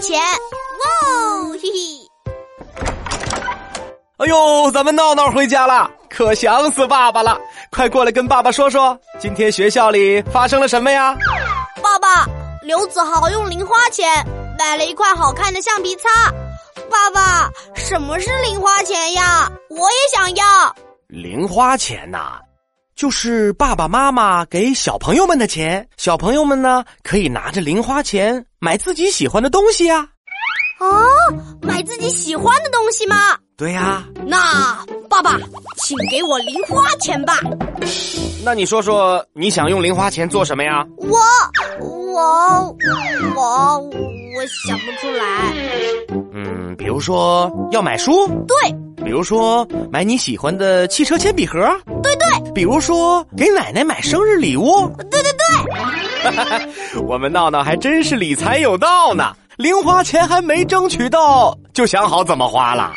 钱。哇哦，嘿嘿。哎呦，咱们闹闹回家了，可想死爸爸了！快过来跟爸爸说说，今天学校里发生了什么呀？爸爸，刘子豪用零花钱买了一块好看的橡皮擦。爸爸，什么是零花钱呀？我也想要。零花钱呐、就是爸爸妈妈给小朋友们的钱，小朋友们呢可以拿着零花钱买自己喜欢的东西啊呀、哦，买自己喜欢的东西吗？对呀、那爸爸，请给我零花钱吧。那你说说你想用零花钱做什么呀？我我我我想不出来。嗯，比如说要买书，对，比如说买你喜欢的汽车铅笔盒，对对比如说给奶奶买生日礼物。对对对， 我们闹闹还真是理财有道呢，零花钱还没争取到，就想好怎么花了。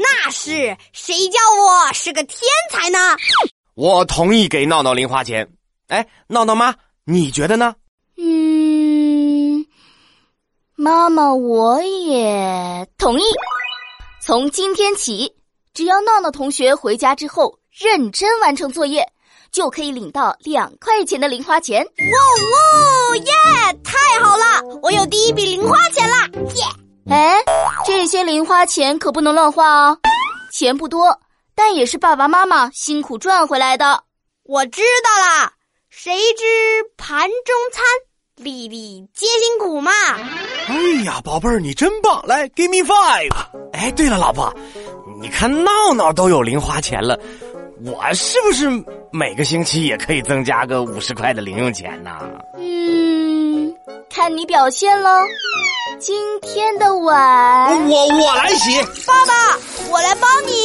那是谁叫我是个天才呢？我同意给闹闹零花钱。哎，闹闹妈，你觉得呢？嗯，妈妈，我也同意。从今天起，只要闹闹同学回家之后认真完成作业，就可以领到两块钱的零花钱。哇哇耶！太好了，我有第一笔零花钱啦！耶、哎，这些零花钱可不能乱花哦，钱不多，但也是爸爸妈妈辛苦赚回来的。我知道啦，谁知盘中餐，粒粒皆辛苦嘛。哎呀，宝贝儿，你真棒！来，give me five。哎，对了，老婆，你看闹闹都有零花钱了，我是不是每个星期也可以增加个五十块的零用钱呢？嗯，看你表现喽。今天的碗。我我来洗。爸爸，我来帮你。